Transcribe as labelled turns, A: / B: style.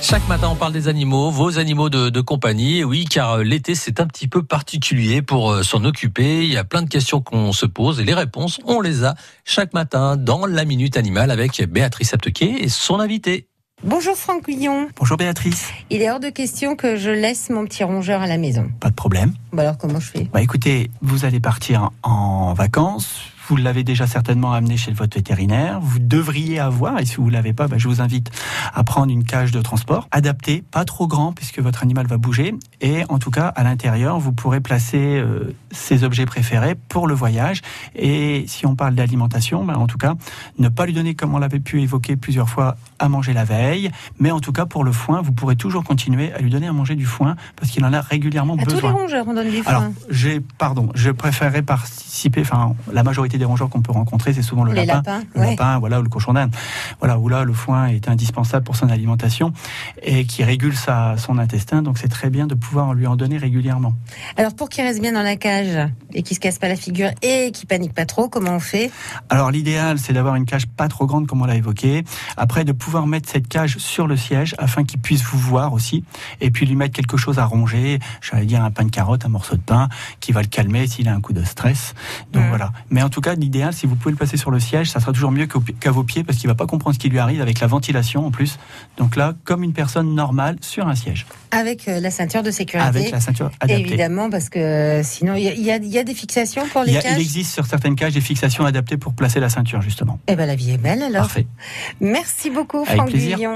A: Chaque matin, on parle des animaux, vos animaux de, de compagnie. Et Oui, car euh, l'été, c'est un petit peu particulier pour euh, s'en occuper. Il y a plein de questions qu'on se pose et les réponses, on les a chaque matin dans la Minute Animale avec Béatrice Aptequier et son invité.
B: Bonjour Franck Guillon.
C: Bonjour Béatrice,
B: Il est hors de question que je laisse mon petit rongeur à la maison.
C: pas de problème.
B: Bah alors comment je fais
C: Bah écoutez, vous allez partir en vacances, vous l'avez déjà certainement amené chez votre vétérinaire, vous devriez avoir, et si vous ne l'avez pas, bah, je vous invite à prendre une cage de transport adaptée, pas trop grand puisque votre animal va bouger, et en tout cas à l'intérieur, vous pourrez placer euh, ses objets préférés pour le voyage, et si on parle d'alimentation, bah, en tout cas, ne pas lui donner, comme on l'avait pu évoquer plusieurs fois, à manger la veille, mais en tout cas pour le foin, vous pourrez toujours continuer à lui donner à manger du foin parce qu'il en a régulièrement
B: À tous les
C: besoin.
B: rongeurs, on donne du
C: Alors,
B: foin.
C: j'ai, pardon, je préférerais participer. Enfin, la majorité des rongeurs qu'on peut rencontrer, c'est souvent le
B: les
C: lapin.
B: lapins,
C: Le
B: ouais.
C: lapin, voilà, ou le cochon d'âne. Voilà, où là, le foin est indispensable pour son alimentation et qui régule sa, son intestin. Donc, c'est très bien de pouvoir lui en donner régulièrement.
B: Alors pour qu'il reste bien dans la cage et qu'il se casse pas la figure et qu'il panique pas trop, comment on fait
C: Alors, l'idéal, c'est d'avoir une cage pas trop grande, comme on l'a évoqué. Après, de pouvoir mettre cette cage sur le siège afin qu'il puisse vous voir aussi. Et puis, lui mettre quelque chose à ronger. J'allais dire un pain de carotte, un morceau de pain, qui va le calmer s'il a un coup de stress. Donc
B: Mm.
C: voilà. Mais en tout cas, l'idéal, si vous pouvez le placer sur le siège, ça sera toujours mieux qu'au- qu'à vos pieds parce qu'il va pas comprendre ce qui lui arrive avec la ventilation en plus. Donc là, comme une personne normale sur un siège,
B: Avec euh, la ceinture de sécurité.
C: avec la ceinture adaptée.
B: Évidemment, parce que euh, sinon, il y, a- il y a- il y a des fixations pour
C: Il, y
B: les
C: a- il
B: cages.
C: existe sur certaines cages des fixations adaptées pour placer la ceinture, justement.
B: Eh ben la vie est belle alors.
C: Parfait.
B: Merci beaucoup
C: Avec
B: Franck
C: plaisir.
B: Guillon.